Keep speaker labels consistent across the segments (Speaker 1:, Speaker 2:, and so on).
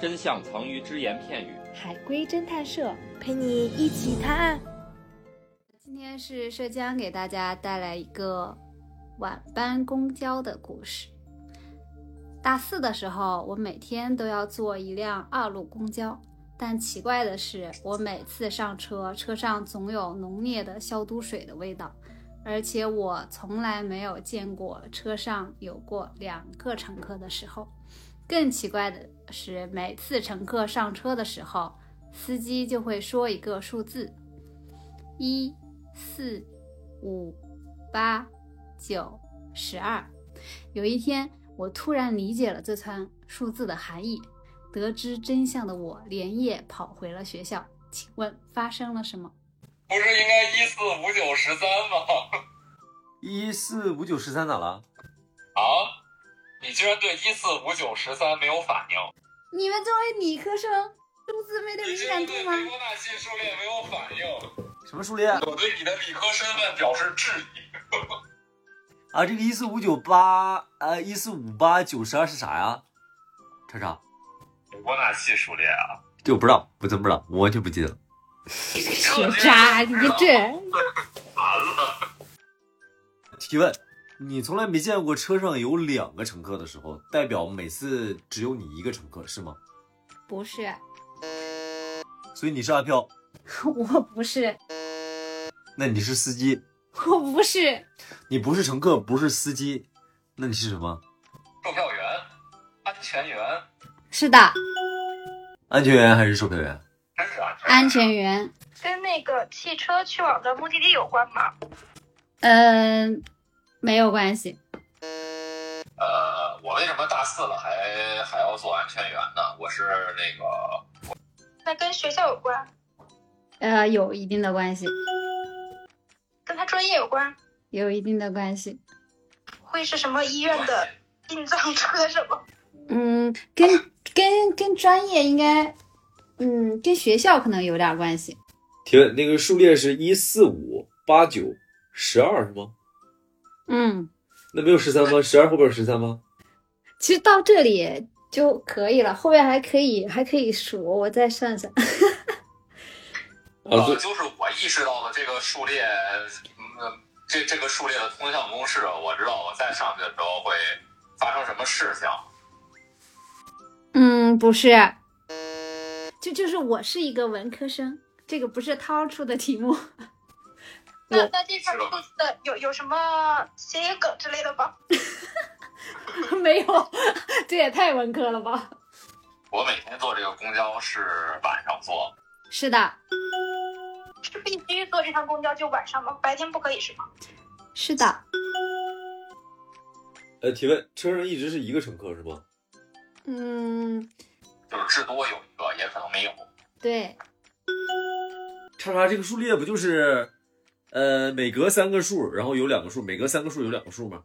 Speaker 1: 真相藏于只言片语。
Speaker 2: 海龟侦探社陪你一起探案。
Speaker 3: 今天是浙江给大家带来一个晚班公交的故事。大四的时候，我每天都要坐一辆二路公交，但奇怪的是，我每次上车，车上总有浓烈的消毒水的味道，而且我从来没有见过车上有过两个乘客的时候。更奇怪的是，每次乘客上车的时候，司机就会说一个数字：一、四、五、八、九、十二。有一天，我突然理解了这串数字的含义，得知真相的我连夜跑回了学校。请问发生了什么？
Speaker 4: 不是应该一四五九十三吗？
Speaker 5: 一四五九十三咋了？
Speaker 4: 啊？你居然对一四五九十三没有反应？
Speaker 3: 你们作为理科生，数字没得
Speaker 4: 你
Speaker 3: 敏
Speaker 4: 居
Speaker 3: 感
Speaker 4: 然
Speaker 3: 度
Speaker 4: 对
Speaker 3: 吗？
Speaker 4: 斐波那契数列没有反应？
Speaker 5: 什么啊数列
Speaker 4: 我对你的理科身份表示质疑。
Speaker 5: 啊？这个一四五九八呃一四五八九十二是啥呀？查查，
Speaker 4: 斐波那契数列啊？
Speaker 5: 这我不知道，我真不知道，我完全不记得了。
Speaker 2: 学渣，你这
Speaker 4: 完了，
Speaker 5: 提问：你从来没见过车上有两个乘客的时候，代表每次只有你一个乘客是吗？
Speaker 3: 不是，
Speaker 5: 所以你是阿飘，
Speaker 3: 我不是，
Speaker 5: 那你是司机，
Speaker 3: 我不是，
Speaker 5: 你不是乘客，不是司机，那你是什么？
Speaker 4: 售票员、安全员
Speaker 3: 是的，
Speaker 5: 安全员还是售票员？
Speaker 4: 还是安全员？
Speaker 3: 安全员。
Speaker 6: 跟那个汽车去往的目的地有关吗？
Speaker 3: 嗯，没有关系。
Speaker 4: 呃，我为什么大四了还还要做安全员呢？我是那个
Speaker 6: 那跟学校有关，
Speaker 3: 呃，有一定的关系，
Speaker 6: 跟他专业有关，
Speaker 3: 有一定的关系。
Speaker 6: 会是什么医院的殡葬车什么？
Speaker 3: 嗯，跟跟跟专业应该，嗯，跟学校可能有点关系。
Speaker 5: 提问：那个数列是一四五八九十二是吗？
Speaker 3: 嗯，
Speaker 5: 那没有十三吗？十二后边有十三吗？
Speaker 3: 其实到这里就可以了，后面还可以还可以数，我再算 算。
Speaker 5: 啊，
Speaker 4: 呃，
Speaker 5: 对，
Speaker 4: 就是我意识到了这个数列，嗯，这这个数列的通项公式，我知道我再上去的时候会发生什么事情。
Speaker 3: 嗯，不是，就就是我是一个文科生，这个不是涛出的题目。
Speaker 6: 那
Speaker 3: 我
Speaker 6: 那这串数字的有有什么谐音梗之类的吗？
Speaker 3: 没有， 这也太文科了吧？
Speaker 4: 我每天坐这个公交是晚上坐，
Speaker 3: 是的，
Speaker 6: 是必须坐这趟公交就晚上吗？白天不可以是吗？
Speaker 3: 是的，
Speaker 5: 呃，提问：车上一直是一个乘客是吗？
Speaker 3: 嗯，
Speaker 4: 就是至多有一个，也可能没有。
Speaker 3: 对，
Speaker 5: 叉叉这个数列不就是，呃，每隔三个数，然后有两个数，每隔三个数有两个数吗？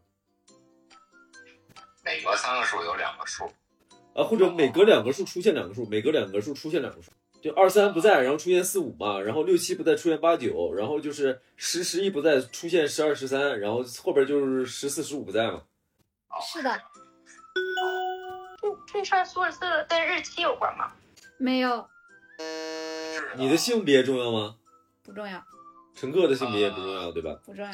Speaker 4: 每隔三个数有两个数，
Speaker 5: 啊，或者每隔两个数出现两个数，每隔两个数出现两个数，就二三不在，然后出现四五嘛，然后六七不在，出现八九，然后就是十十一不在，出现十二十三，然后后边就是十四十五不在嘛。
Speaker 4: 哦
Speaker 3: 是的，
Speaker 6: 这这串数字跟日期有关吗？
Speaker 3: 没有，
Speaker 4: 是
Speaker 5: 你的性别重要吗？
Speaker 3: 不重要，
Speaker 5: 乘客的性别也不重要，对吧？
Speaker 3: 不重要。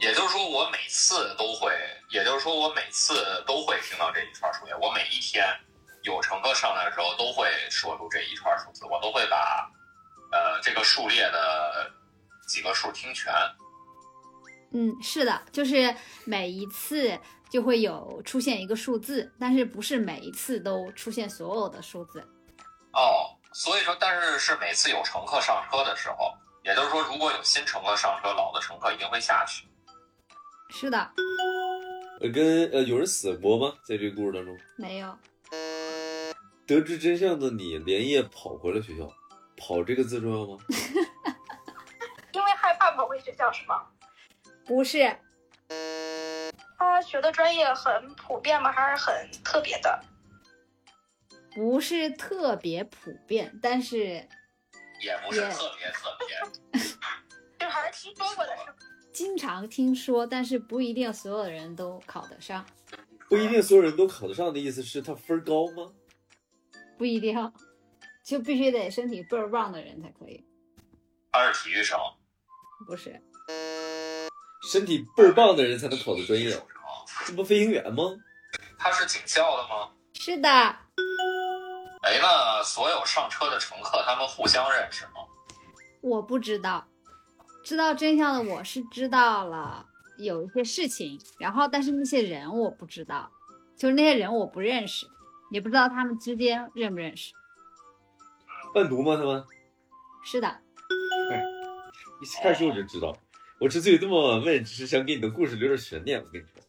Speaker 4: 也就是说我每次都会，也就是说我每次都会听到这一串数列，我每一天有乘客上来的时候都会说出这一串数字，我都会把呃这个数列的几个数听全。
Speaker 3: 嗯，是的，就是每一次就会有出现一个数字，但是不是每一次都出现所有的数字。
Speaker 4: 哦，所以说，但是是每次有乘客上车的时候，也就是说，如果有新乘客上车，老的乘客一定会下去。
Speaker 3: 是的，
Speaker 5: 呃，跟呃有人死过吗？在这个故事当中，
Speaker 3: 没有，
Speaker 5: 得知真相的你连夜跑回了学校，跑这个字重要吗？
Speaker 6: 因为害怕跑回学校是吗？
Speaker 3: 不是，
Speaker 6: 他学的专业很普遍吗？还是很特别的？
Speaker 3: 不是特别普遍，但是
Speaker 4: 也不是
Speaker 3: Yeah
Speaker 4: 特别特别，
Speaker 6: 就还是听说过的是吗？
Speaker 3: 经常听说，但是不一定所有人都考得上。
Speaker 5: 不一定所有人都考得上的意思是他分儿高吗？
Speaker 3: 不一定，就必须得身体倍儿棒的人才可以，
Speaker 4: 他是体育生，
Speaker 3: 不是？
Speaker 5: 身体倍儿棒的人才能考的专
Speaker 4: 艺
Speaker 5: 业
Speaker 4: 术，生，
Speaker 5: 这不飞行员吗？
Speaker 4: 他是警校的吗？
Speaker 3: 是的，
Speaker 4: 哎，那所有上车的乘客他们互相认识吗？
Speaker 3: 我不知道，知道真相的我是知道了有一些事情，然后但是那些人我不知道，就是那些人我不认识，也不知道他们之间认不认识。
Speaker 5: 伴读吗？他们
Speaker 3: 是的，
Speaker 5: 一开始我就知道，我之所以这么问，只是想给你的故事留点悬念。我跟你说，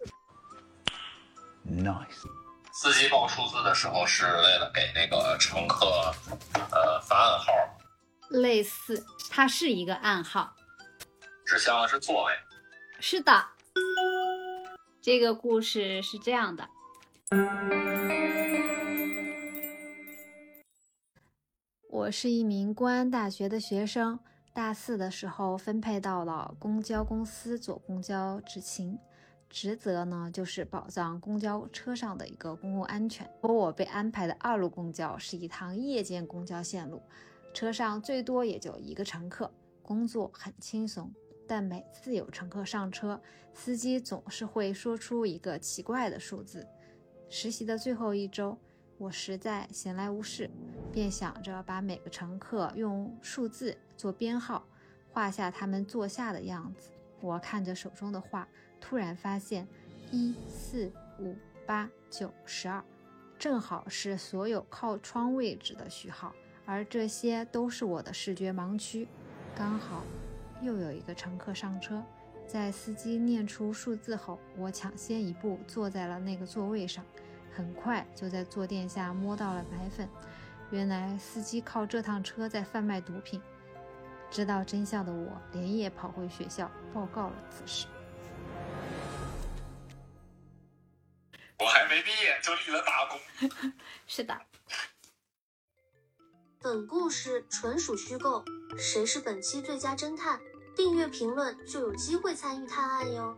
Speaker 7: Nice.
Speaker 4: 司机报数字的时候是为了给那个乘客呃发暗号，
Speaker 3: 类似，它是一个暗号。
Speaker 4: 指向的是座位。
Speaker 3: 是的，这个故事是这样的：
Speaker 8: 我是一名公安大学的学生，大四的时候分配到了公交公司做公交执勤，职责呢就是保障公交车上的一个公共安全。而我被安排的二路公交是一趟夜间公交线路，车上最多也就一个乘客，工作很轻松。但每次有乘客上车，司机总是会说出一个奇怪的数字。实习的最后一周，我实在闲来无事，便想着把每个乘客用数字做编号，画下他们坐下的样子。我看着手中的画，突然发现一四五八九十二，正好是所有靠窗位置的序号，而这些都是我的视觉盲区。刚好又有一个乘客上车，在司机念出数字后，我抢先一步坐在了那个座位上，很快就在坐垫下摸到了白粉。原来司机靠这趟车在贩卖毒品。知道真相的我连夜跑回学校报告了此事。
Speaker 4: 我还没毕业就立了大功。
Speaker 3: 是的，
Speaker 9: 本故事纯属虚构，谁是本期最佳侦探？订阅评论就有机会参与探案哟。